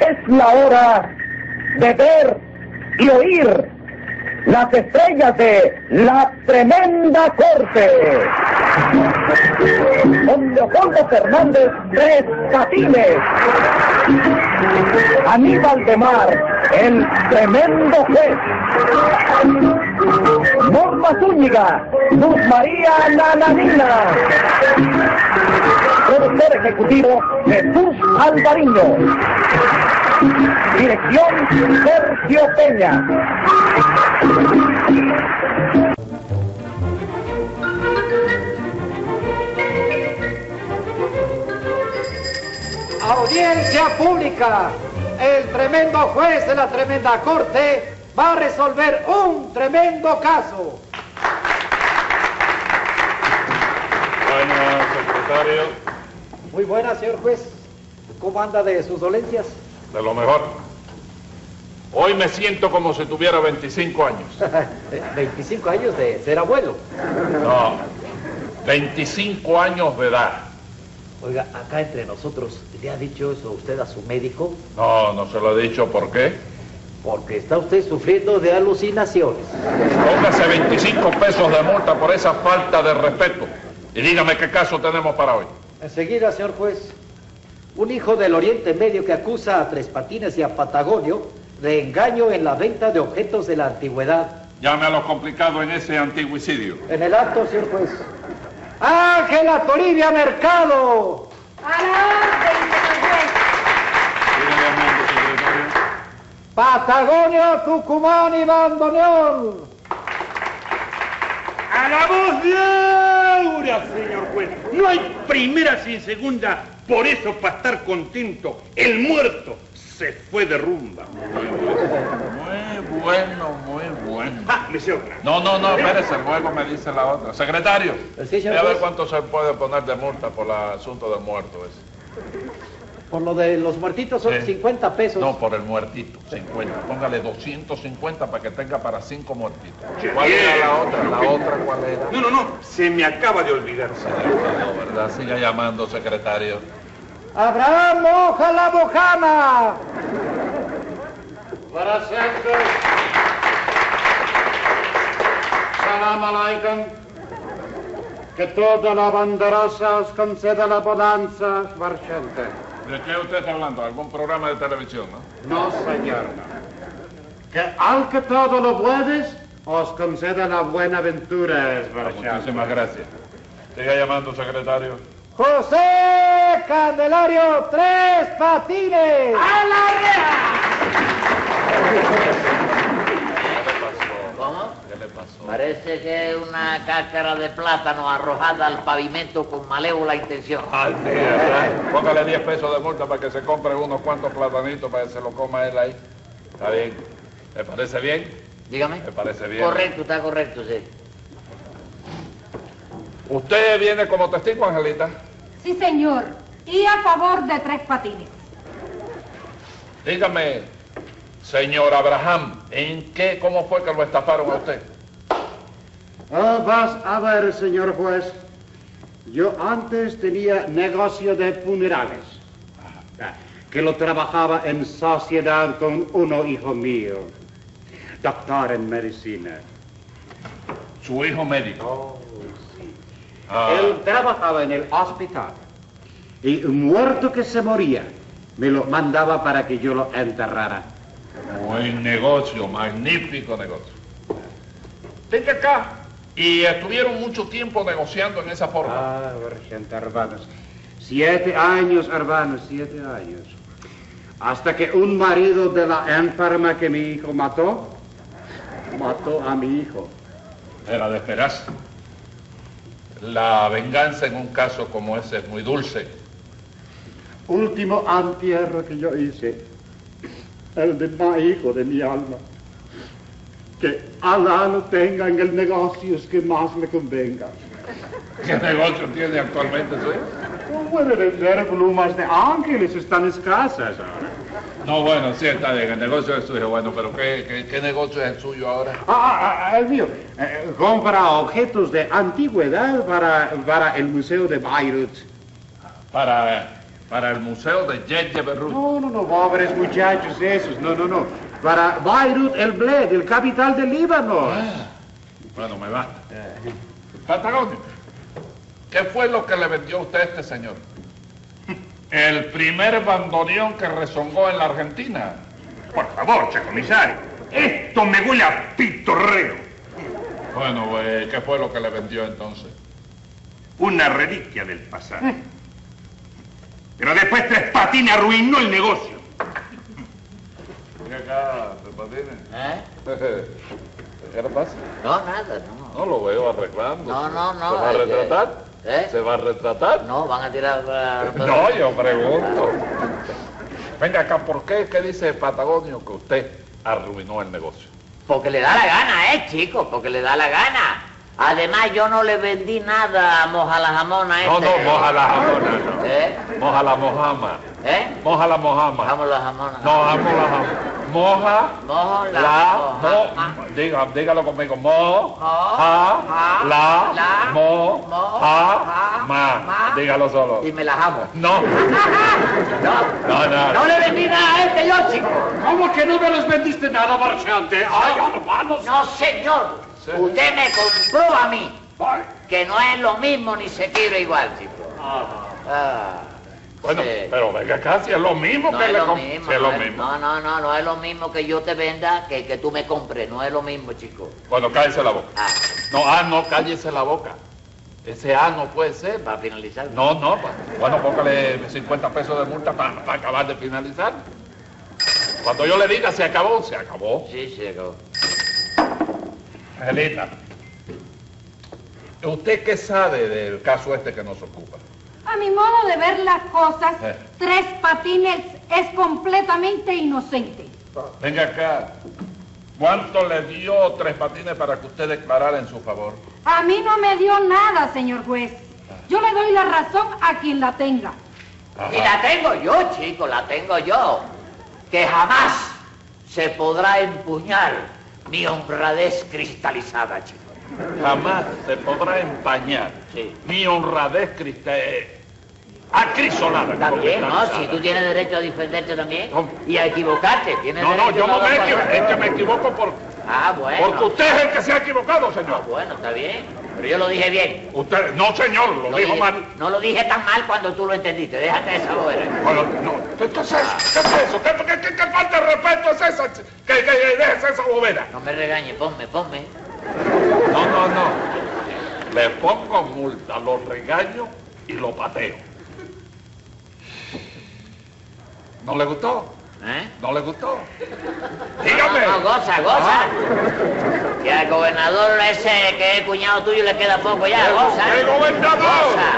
Es la hora de ver y oír las estrellas de la tremenda corte. Don Leopoldo Fernández Tres Catines. Aníbal de Mar, el tremendo juez. Norma Zúñiga, Luz María Nananina. Productor ejecutivo Jesús Alvariño. Dirección Sergio Peña. Audiencia pública. El tremendo juez de la tremenda corte va a resolver un tremendo caso. Buenas, secretario. Muy buena, señor juez. ¿Cómo anda de sus dolencias? De lo mejor. Hoy me siento como si tuviera 25 años. 25 años de ser abuelo. No, 25 años de edad. Oiga, acá entre nosotros, ¿le ha dicho eso usted a su médico? No, no se lo he dicho por qué. Porque está usted sufriendo de alucinaciones. Póngase 25 pesos de multa por esa falta de respeto. Y dígame qué caso tenemos para hoy. Enseguida, señor juez, un hijo del Oriente Medio que acusa a Tres Patines y a Patagonio de engaño en la venta de objetos de la antigüedad. Llame a lo complicado en ese antiguicidio. En el acto, señor juez. Ángela Toribia Mercado. A la orden, señor juez. Sigue llamando, secretario. Patagonio, Tucumán y Bandoneón. ¡A la voz de Laura, señor juez! No hay primera sin segunda. Por eso, para estar contento, el muerto se fue de rumba. Muy bueno, muy bueno. Ah, me sobra. No, no, no, espérese, luego me dice la otra. Secretario, Pues Sí, señor ve a ver juez. cuánto se puede poner de multa por el asunto del muerto ese. Por lo de los muertitos son Sí. 50 pesos. No, por el muertito, 50. Póngale 250 para que tenga para 5 muertitos. Qué ¿Cuál era bien. la otra? ¿La otra cuál era? No, no, no, se me acaba de olvidar. No, ¿verdad? Siga llamando, secretario. Abraham Moja la Bojana. Presente. Salam alaikum. Que toda la banderosa os conceda la bonanza, marchante. ¿De qué usted está hablando? ¿Algún programa de televisión, no? No, señor. Que al que todo lo puedes, os conceda la buena ventura, es marchante. Muchísimas gracias. Siga llamando, secretario. José Candelario Tres Patines. Ah, A la real. ¿Qué le pasó? ¿Qué le pasó? Parece que es una cáscara de plátano arrojada al pavimento con malévola intención. Ah. Ay, sí, ¿verdad? Póngale 10 pesos de multa para que se compre unos cuantos platanitos para que se lo coma él ahí. ¿Está bien? ¿Le parece bien? Dígame. Me parece bien. Correcto, está correcto, sí. Usted viene como testigo, Angelita. Sí, señor. Y a favor de tres patines. Dígame, señor Abraham, ¿en qué, cómo fue que lo estafaron a usted? Ah, vas a ver, señor juez. Yo antes tenía negocio de funerales. Ah, Que lo trabajaba en sociedad con uno hijo mío. Doctor en medicina. Su hijo médico. Oh, Ah, Él trabajaba en el hospital. Y un muerto que se moría, me lo mandaba para que yo lo enterrara. Buen negocio, magnífico negocio. Venga acá. Y estuvieron mucho tiempo negociando en esa forma. Ah, Virgen hermanos. Siete años, hermanos, siete años. Hasta que un marido de la enferma que mi hijo mató, mató a mi hijo. Era de esperarse. La venganza en un caso como ese es muy dulce. Último entierro que yo hice, el de mi hijo, de mi alma. Que Alá lo tenga en el negocio es que más le convenga. ¿Qué negocio tiene actualmente su hijo? No puede vender plumas de ángeles, están escasas ahora. No, bueno, sí, está bien, el negocio es suyo. Bueno, pero ¿qué, qué, qué negocio es el suyo ahora? Ah, ah, ah, el mío. Eh, compra objetos de antigüedad para, para el Museo de Bayreuth. para para el museo de Yeye Berruti. No, no, no, pobres muchachos esos, no, no, no. Para Beirut el Bled, el capital del Ah. Líbano. Bueno, me basta. Patagonia, ¿qué fue lo que le vendió usted a este señor? El primer bandoneón que rezongó en la Argentina. Por favor, che comisario. Esto me huele a pitorreo. Bueno, eh, ¿qué fue lo que le vendió entonces? Una reliquia del pasado. Pero después Tres Patines arruinó el negocio. Mira acá, te patines. ¿Eh? ¿Qué le pasa? No, nada, no. No lo veo arreglando. No, no, no. ¿Se va a eh, retratar? ¿Eh? ¿Se va a retratar? No, van a tirar... eh, No, yo pregunto. Venga acá, ¿por qué? ¿Qué dice Patagonio que usted arruinó el negocio? Porque le da la gana, ¿eh, chicos? Porque le da la gana. Además, yo no le vendí nada a Moja la Jamona No, este. no, moja la jamona, no. ¿Eh? Moja la mojama. ¿Eh? Moja la mojama. Vamos la jamona. No, amo la jama. Moja Mojo la, la moja. mo. Diga, dígalo conmigo. Mo. ja, Ja. La. la, Mo. mo, Ja. ja, Ma. ma. Dígalo solo. Y me la jamo. No. No, No, no. no le vendí nada a este yo, chico. ¿Cómo que no me los vendiste nada, marchante? ¡Ay, hermanos! No, señor. Sí. Usted me compró a mí. Ay. Que no es lo mismo ni se tira igual, chico. Ah, Bueno, sí. pero venga acá, si es lo mismo No que es le lo com- mismo. si es lo no es- mismo. No, no, no, no es lo mismo que yo te venda que que tú me compres. No es lo mismo, chico. Bueno, cállese la boca. Ah, No, ah, no, cállese la boca. Ese ah no puede ser. para finalizar. No, no, pa- bueno, póngale 50 pesos de multa para acabar de finalizar. Cuando yo le diga se acabó, se acabó. Sí, sí, acabó. Angelita, ¿usted qué sabe del caso este que nos ocupa? A mi modo de ver las cosas, Eh. Tres Patines es completamente inocente. Venga acá. ¿Cuánto le dio Tres Patines para que usted declarara en su favor? A mí no me dio nada, señor juez. Yo le doy la razón a quien la tenga. Ajá. Y la tengo yo, chico, la tengo yo. Que jamás se podrá empuñar mi honradez cristalizada, chico. Jamás se podrá empañar Sí. mi honradez crista... eh, acrisolada. También, ¿no? cristalizada. Si tú tienes derecho a defenderte también No. y a equivocarte, tienes No, no, derecho yo no a me equivoco, cuando- es que me equivoco por, Ah, bueno. porque usted es el que se ha equivocado, Ah, señor. bueno, está bien. Pero yo lo dije bien. Usted, no, señor, lo, Lo dijo dije- mal. No lo dije tan mal cuando tú lo entendiste. Déjate esa bobera. Bueno, no, ¿qué, qué es eso? ¿Qué es eso? ¿Qué, qué- qué- qué falta de respeto es esa? ch- Que, que, que dejes esa bobera. No me regañes, ponme, ponme. No, no, no. Le pongo multa, lo regaño y lo pateo. ¿No le gustó? ¿Eh? ¿No le gustó? No, no, Dígame. Ah. goza, goza. Que al gobernador ese que es cuñado tuyo le queda poco ya, ¡Qué go- goza. qué gobernador! Goza.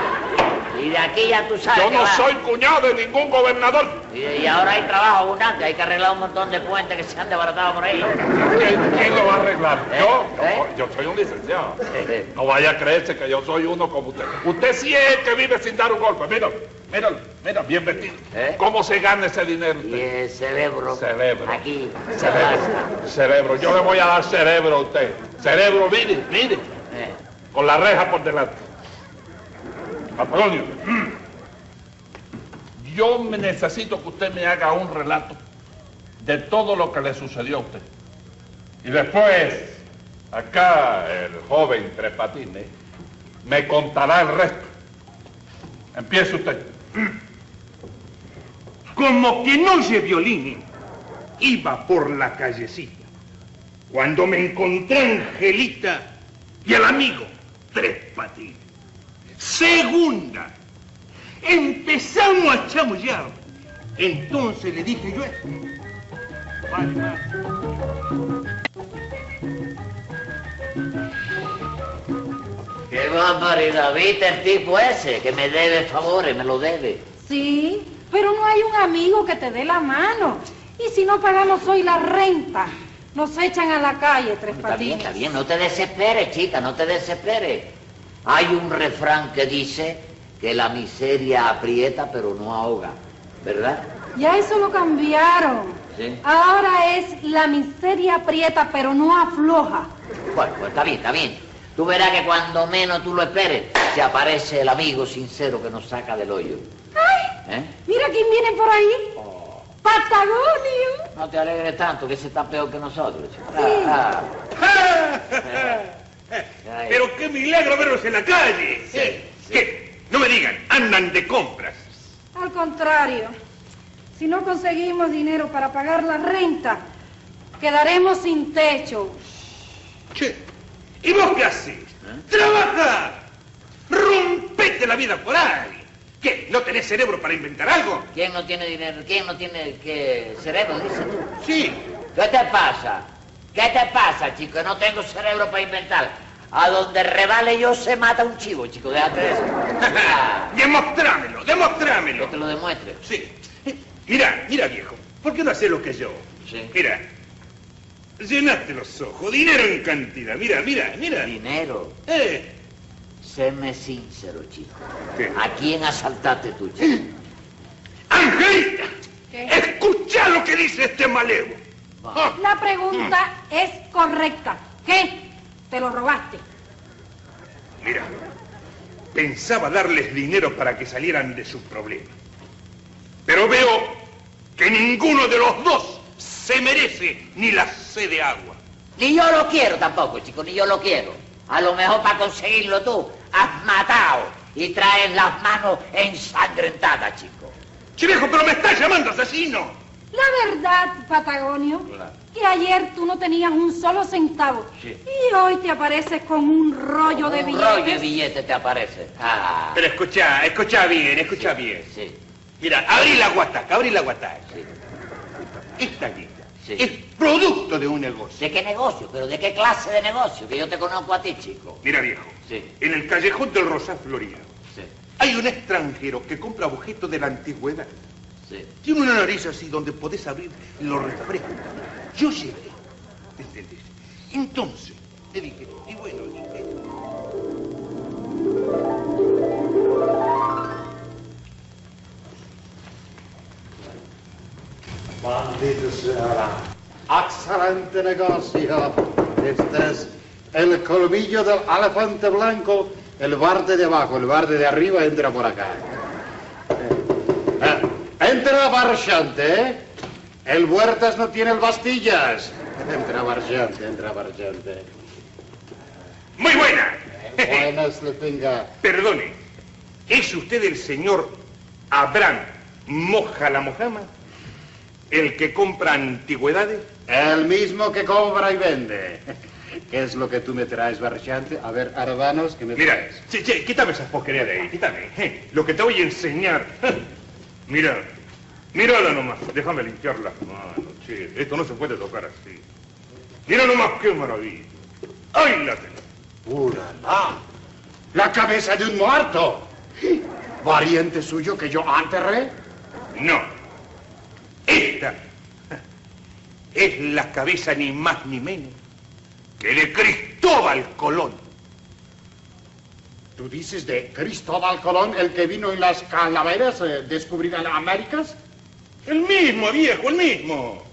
Y de aquí ya tú sabes. Yo que no va. soy cuñado de ningún gobernador. Y, y ahora hay trabajo abundante, hay que arreglar un montón de puentes que se han desbaratado por ahí. ¿Quién, quién lo va a arreglar? ¿Eh? Yo, yo, ¿Eh? yo soy un licenciado. Eh, No vaya a creerse que yo soy uno como usted. Usted sí es el que vive sin dar un golpe. Míralo, míralo, mira, bien vestido. ¿Eh? ¿Cómo se gana ese dinero usted? Y el cerebro. Cerebro. Aquí se basa. Cerebro, cerebro. Yo le voy a dar cerebro a usted. Cerebro, mire, mire. Eh, Con la reja por delante. Apolonio, yo me necesito que usted me haga un relato de todo lo que le sucedió a usted. Y después, acá el joven Tres Patines me contará el resto. Empiece usted. Como que no oye violini, iba por la callecita. Cuando me encontré a Angelita y al amigo Tres Patines. Segunda. Empezamos a chamullar. Entonces le dije yo esto. Vale, vale. Qué barbaridad, ¿viste el tipo ese? Que me debe favores, me lo debe. Sí, pero no hay un amigo que te dé la mano. Y si no pagamos hoy la renta, nos echan a la calle, Tres Está Patines. bien, está bien, no te desesperes, chica, no te desesperes. Hay un refrán que dice que la miseria aprieta pero no ahoga, ¿verdad? Ya eso lo cambiaron. Sí. Ahora es la miseria aprieta, pero no afloja. Bueno, pues está bien, está bien. Tú verás que cuando menos tú lo esperes, se aparece el amigo sincero que nos saca del hoyo. ¡Ay, ¿Eh? Mira quién viene por ahí. Patagonio. No te alegres tanto, que ese está peor que nosotros. chico. Sí. Ah, ah. Pero qué milagro verlos en la calle. Sí, Eh, sí. ¿Qué? No me digan, andan de compras. Al contrario, si no conseguimos dinero para pagar la renta, quedaremos sin techo. Che, ¿y vos qué haces? ¡Trabaja! ¡Rompete la vida por ahí! ¿Qué? ¿No tenés cerebro para inventar algo? ¿Quién no tiene dinero? ¿Quién no tiene qué cerebro, dices tú? Sí. ¿Qué te pasa? ¿Qué te pasa, chico? No tengo cerebro para inventar. A donde revale yo se mata un chivo, chico. Déjate de eso. Ah, demostrámelo, Yo demostrámelo. te lo demuestro. Sí. Mira, mira, viejo. ¿Por qué no haces lo que yo? Sí. Mira. Llenaste los ojos, dinero en cantidad. Mira, mira, mira. Dinero. Eh. Séme sincero, chico. ¿Qué? ¿A quién asaltaste tú, chico? ¡Angelita! ¿Qué? Escucha lo que dice este malevo. Va. Ah, La pregunta es correcta. ¿Qué? ¿Te lo robaste? mira. Pensaba darles dinero para que salieran de sus problemas. Pero veo que ninguno de los dos se merece ni la sed de agua. Ni yo lo quiero tampoco, chico, ni yo lo quiero. A lo mejor para conseguirlo tú has matado y traes las manos ensangrentadas, chico. Che, viejo, pero me estás llamando asesino. La verdad, Patagonio, Claro. que ayer tú no tenías un solo centavo Sí. y hoy te apareces con un rollo de Un billetes. rollo de billetes te aparece. Ah, Pero escucha, escucha bien, escucha bien. sí, Mira, abrí la guataca, abrí la guataca. sí. Esta guita Sí. es producto de un negocio. ¿De qué negocio? ¿Pero de qué clase de negocio? Que yo te conozco a ti, chico. Mira, viejo, Sí. en el callejón del Rosal Florido Sí, hay un extranjero que compra objetos de la antigüedad. sí. Tiene una nariz así donde podés abrir los refrescos. Yo llegué, ¿entendés? Entonces, le dije, y bueno, eh, Maldito sea. Excelente negocio. Este es el colmillo del elefante blanco, el barde de abajo, el barde de arriba entra por acá. Eh, eh, Entra Barchante, ¿eh? El Huertas no tiene el Bastillas. Entra Barchante, entra Barchante. muy buena. Buenas Eh, le tenga. Perdone, ¿es usted el señor Abraham Moja la Mojama? ¿El que compra antigüedades? El mismo que cobra y vende. ¿Qué es lo que tú me traes, Barchante? A ver, Arbanos, ¿qué me Mira, traes? che, che, quítame esas porquerías de ahí, quítame. eh, lo que te voy a enseñar. Mira, mírala nomás. Déjame limpiar las manos, che. Esto no se puede tocar así. Mira nomás qué maravilla. ¡Ay, la tenés! ¡Ulala! ¡La cabeza de un muerto! ¿Variante suyo que yo enterré? No. Esta es la cabeza ni más ni menos que de Cristóbal Colón. ¿Tú dices de Cristóbal Colón, el que vino en las calaveras eh, descubrir a las Américas? El mismo, viejo, el mismo.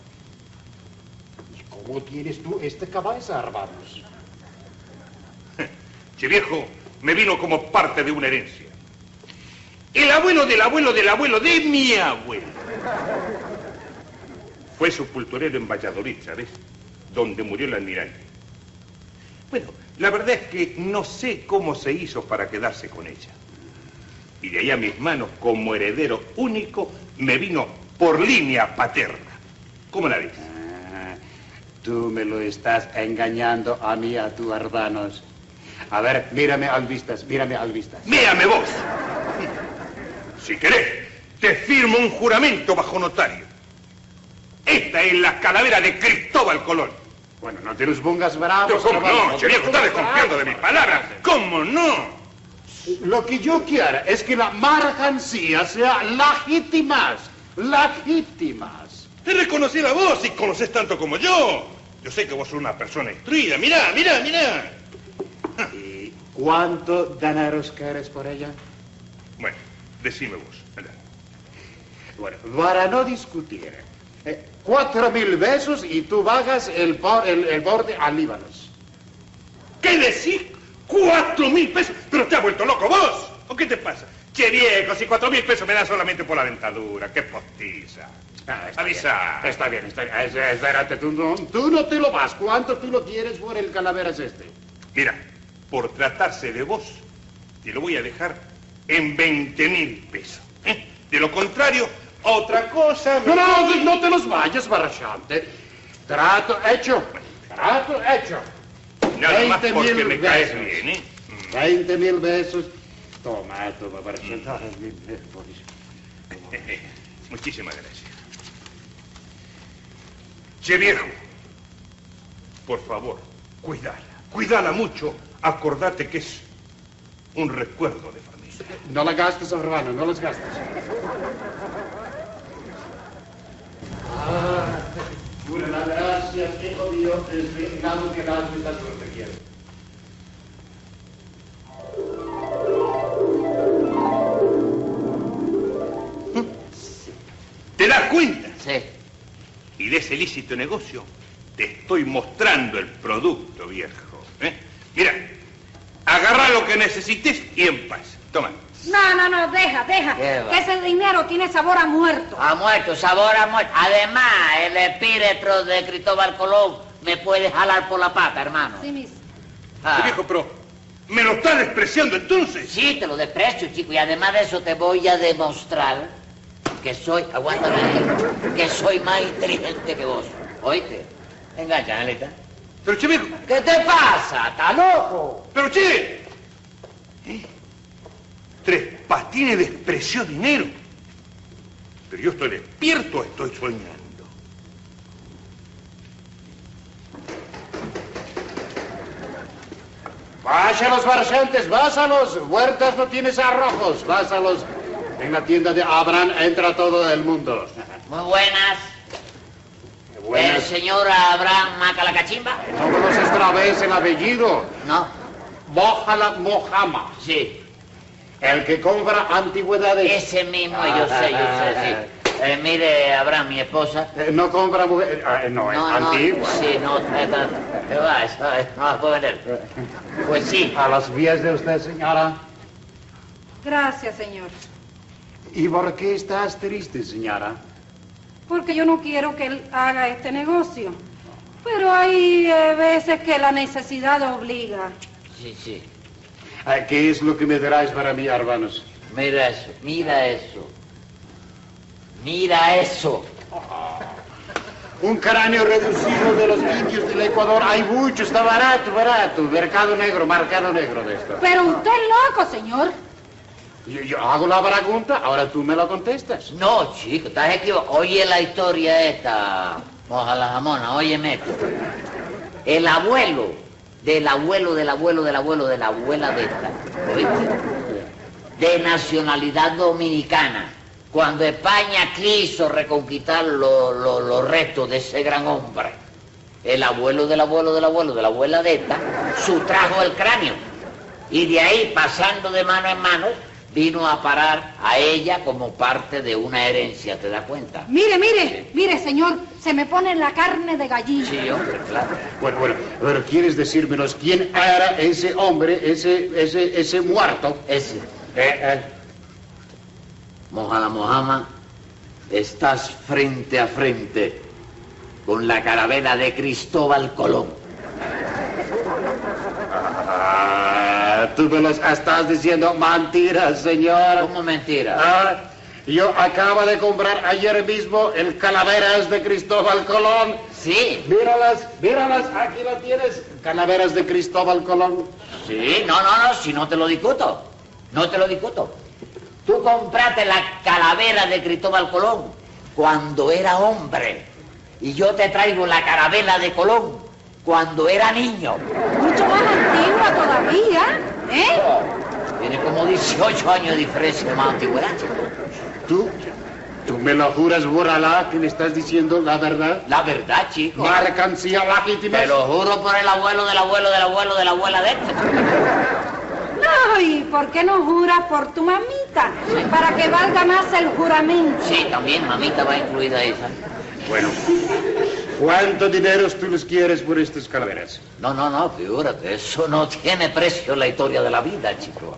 ¿Y cómo tienes tú este esta cabeza, Arbanos? Che viejo, me vino como parte de una herencia. El abuelo del abuelo del abuelo de mi abuelo. Fue sepulturero en Valladolid, ¿sabes? Donde murió el almirante. Bueno, la verdad es que no sé cómo se hizo para quedarse con ella. Y de ahí a mis manos, como heredero único, me vino por línea paterna. ¿Cómo la ves? Tú me lo estás engañando a mí, a tu Arbanos. A ver, mírame al vistas, mírame al vistas. Mírame vos. Si querés, te firmo un juramento bajo notario. Esta es la calavera de Cristóbal Colón. Bueno, no te los pongas bravos. Pero ¿Cómo Arbanos, no, che viejo? Está te desconfiando de pongas mis palabras. ¿Cómo no? Lo que yo quiero es que la mercancía sea legítimas, legítimas. Te reconocí la voz y conoces tanto como yo. Oh, Yo sé que vos sos una persona instruida. Mirá, mirá, mirá. ¿Y cuánto danaros quieres por ella? Bueno, decime vos. Andá. Bueno, para no discutir, eh, cuatro mil besos y tú bajas el, bo- el, el borde a Líbanos. ¿Qué decís? ¿Cuatro mil pesos? ¿Pero te has vuelto loco vos? ¿O qué te pasa? Che, viejo, si cuatro mil pesos me da solamente por la dentadura, qué postiza. Ah, está Avisa. bien, Está bien, está bien. Es- Espérate, tú no, tú no te lo vas. ¿Cuánto tú lo quieres por el calaveras este? Mira, por tratarse de vos, te lo voy a dejar en 20 mil pesos. ¿eh? De lo contrario, otra cosa... me- No, no, no te los vayas, barrachante. Trato hecho. Trato hecho. Nada más 20.000 porque me caes pesos. bien, ¿eh? Mm. 20 mil besos. Toma, toma, barrachante. Ay, mi Dios, por Dios. Eh, Muchísimas gracias. Che viejo, por favor, cuídala, cuídala mucho. Acordate que es un recuerdo de familia. No la gastes, hermano, no las gastes. Ah, una gracia, hijo mío, es nada que das la suerte quiero. ¿Te das cuenta? Sí. Y de ese lícito negocio te estoy mostrando el producto, viejo. ¿eh? Mira, agarra lo que necesites y en paz. Toma. No, no, no, deja, deja. ¿Qué va? Que ese dinero tiene sabor a muerto. Ha muerto, sabor ha muerto. Además, el espíritu de Cristóbal Colón me puede jalar por la pata, hermano. Sí, mis. Ah. Viejo, pero me lo estás despreciando entonces. Sí, te lo desprecio, chico, y además de eso te voy a demostrar que soy, aguántame, ahí, que soy más inteligente que vos. ¿Oíste? Engancha, Angelita. Pero che, viejo, ¿Qué te pasa? ¿Estás loco? Pero che, ¿eh? Tres Patines despreció dinero. Pero yo estoy despierto, estoy soñando. Vaya a los barchantes, vas a los huertas, no tienes arrojos, vas a los... En la tienda de Abraham entra todo el mundo. Muy buenas. ¿El Buenas. señor Abraham Maca la cachimba? ¿No conoces otra vez el apellido? No. Mohala Mohama, Sí. el que compra antigüedades. Ese mismo, yo sé, yo sé, sí. Eh, mire, Abraham, mi esposa. Eh, no compra mujer, eh, no, es antigua. Sí, no, eh, no, ¿qué va? Eso, eh, no la puedo vender. Pues sí. A las vías de usted, señora. Gracias, señor. ¿Y por qué estás triste, señora? Porque yo no quiero que él haga este negocio. Pero hay eh, veces que la necesidad obliga. Sí, sí. Ah, ¿Qué es lo que me traes para mí, hermanos? Mira eso, mira eso. Mira eso. Un cráneo reducido de los indios del Ecuador. Hay mucho, está barato, barato. Mercado negro, mercado negro de esto. Pero usted es loco, señor. Yo, yo hago la pregunta, ahora tú me la contestas. No, chico, estás equivocado. Oye la historia esta, moja la jamona, óyeme. esto. El abuelo del abuelo del abuelo del abuelo de la abuela de esta, ¿oíste? De nacionalidad dominicana. Cuando España quiso reconquistar lo- lo- los restos de ese gran hombre, el abuelo del abuelo del abuelo de la abuela de esta sustrajo el cráneo. Y de ahí, pasando de mano en mano, vino a parar a ella como parte de una herencia, ¿te das cuenta? Mire, mire, mire, señor. Se me pone la carne de gallina. Sí, hombre, claro. Bueno, bueno, pero ¿quieres decírmelos quién era ese hombre, ese, ese, ese muerto? Ese, Eh, eh, Mojala Mojama, estás frente a frente con la carabela de Cristóbal Colón. Ah, tú me los estás diciendo mentiras, señor. ¿Cómo mentira? Ah, yo acabo de comprar ayer mismo el calaveras de Cristóbal Colón. Sí, Míralas, míralas, aquí lo tienes. Calaveras de Cristóbal Colón. sí, no, no, no, si no te lo discuto, no te lo discuto. Tú compraste la calavera de Cristóbal Colón cuando era hombre y yo te traigo la carabela de Colón cuando era niño. Mucho más antigua todavía. ¿Eh? Tiene como 18 años de diferencia más antigüedad, chico. ¿Tú? ¿Tú me lo juras, Buralá, que me estás diciendo la verdad? La verdad, chico. Mercancía legítima. Te lo juro por el abuelo del abuelo del abuelo de la abuela de este. No, ¿y por qué no juras por tu mamita? Para que valga más el juramento. Sí, también mamita va incluida esa. Bueno, ¿cuánto dinero tú les quieres por estas calaveras? No, no, no, figúrate, eso no tiene precio en la historia de la vida, chico.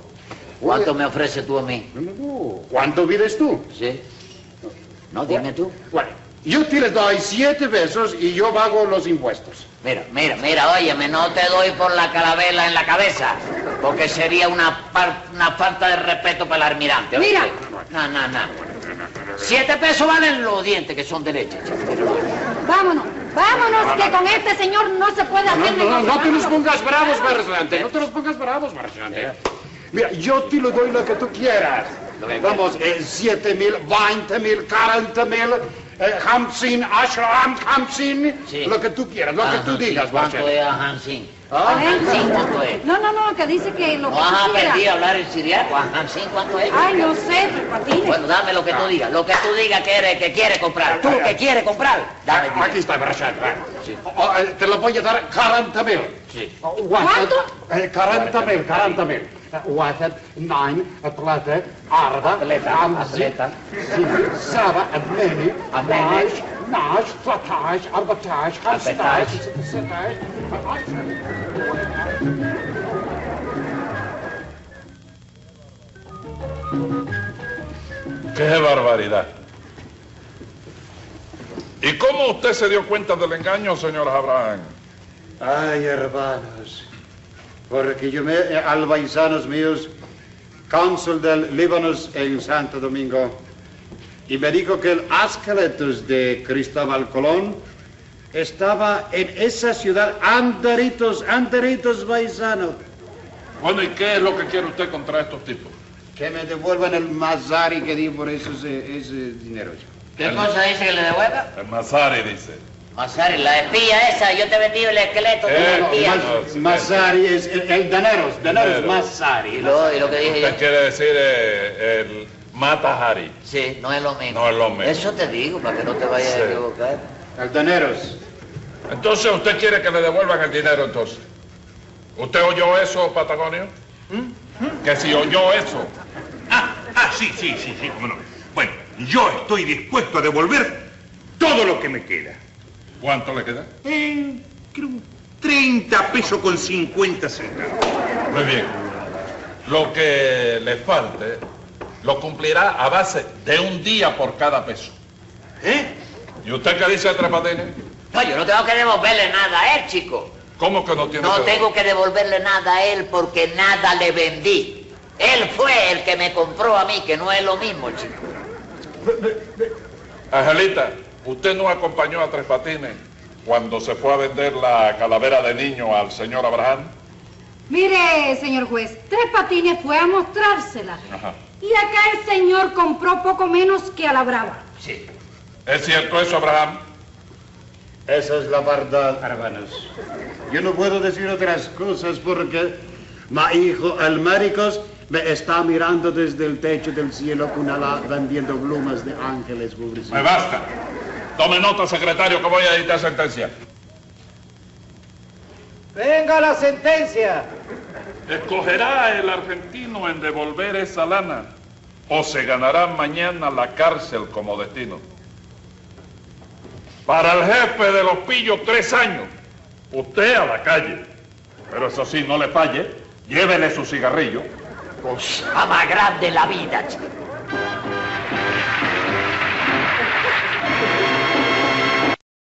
¿Cuánto me ofreces tú a mí? No, no, no. ¿Cuánto pides tú? ¿Sí? No, dime tú. Bueno, yo te doy siete pesos y yo pago los impuestos. Mira, mira, mira, óyeme, no te doy por la carabela en la cabeza, porque sería una, par- una falta de respeto para el almirante. Mira. No, no, no. Siete pesos valen los dientes que son de leche. chico. Vámonos, vámonos, que con este señor no se puede No, hacer no, no, negocio, no te nos vámonos. pongas bravos, Berrante. No te nos pongas bravos, Berrante. Mira, yo te lo doy lo que tú quieras. Vamos, eh, siete mil, veinte mil, cuarenta mil, eh, Hamsin, Ashram, Hamsin, Sí. lo que tú quieras, lo que Ah, tú sí, digas, ¿Cuánto Berrante. es a Hansin? Ah. ¿A Hansin cuánto es? No, no, no, que dice que lo que pues. ¿No ah, has tú quieras. aprendido a hablar el siriaco? ¿A Hansin cuánto es? Ay, no sé, Tres Patines. Bueno, dame lo que tú digas, lo que tú digas que eres, que quieres comprar. Tú que quieres comprar, dame el Ah, dinero. Aquí está, Berrante. Oh, eh, te lo voy a dar cuarenta mil. Sí. Oh, ¿Cuánto? Eh, cuarenta mil, cuarenta mil. Eh, واحد ناين ثلاثة أربعة ثلاثة، خمسة ثلاثة. ستة سبعة ثمانية ثمانية. 12 12 13 14 15 16 ¡Qué barbaridad! ¿Y cómo usted se dio cuenta del engaño, señor Abraham? Ay, hermanos, porque yo me, eh, albaizanos míos, cónsul del Líbano en Santo Domingo, y me dijo que el Ascletus de Cristóbal Colón estaba en esa ciudad, Anderitos, Anderitos Baisano, Bueno, ¿y qué es lo que quiere usted contra estos tipos? que me devuelvan el mazari que di por esos, eh, ese dinero. ¿Qué cosa dice que le devuelva? El Mazari dice. Mazari, la espía esa, yo te he vendido el esqueleto de Eh, la espía. no, Mas- Mazari es el, el daneros, daneros Dinero. Y mazari. lo, y lo que dije Usted yo. quiere decir eh, el Matahari. Sí, no es lo mismo. No es lo mismo. Eso te digo, para que no te vayas Sí. a equivocar. El daneros. Entonces, ¿usted quiere que le devuelvan el dinero entonces? ¿Usted oyó eso, Patagonio? Que si oyó eso. Ah, ah, sí, sí, sí, sí, cómo no. Bueno, yo estoy dispuesto a devolver todo lo que me queda. ¿Cuánto le queda? Eh, creo 30 pesos con 50 centavos. Muy bien. Lo que le falte lo cumplirá a base de un día por cada peso. ¿Eh? ¿Y usted qué dice, Tres Patines? No, yo no tengo que devolverle nada a él, chico. ¿Cómo que no tiene No que- tengo que devolverle nada a él porque nada le vendí. Él fue el que me compró a mí, que no es lo mismo, chico. Angelita, usted no acompañó a Tres Patines cuando se fue a vender la calavera de niño al señor Abraham. Mire, señor juez, Tres Patines fue a mostrársela. Ajá. Y acá el señor compró poco menos que a la brava. Sí. ¿Es cierto eso, Abraham? Esa es la verdad, hermanos. Yo no puedo decir otras cosas porque mi hijo Alméricos me está mirando desde el techo del cielo con ala vendiendo plumas de ángeles, pobrecito. Me basta. Tome nota, secretario, que voy a editar sentencia. Venga la sentencia. ¿Escogerá el argentino en devolver esa lana o se ganará mañana la cárcel como destino? Para el jefe de los pillos, tres años. Usted a la calle. Pero eso sí, no le falle. Llévele su cigarrillo. Cosa más grande la vida, chico.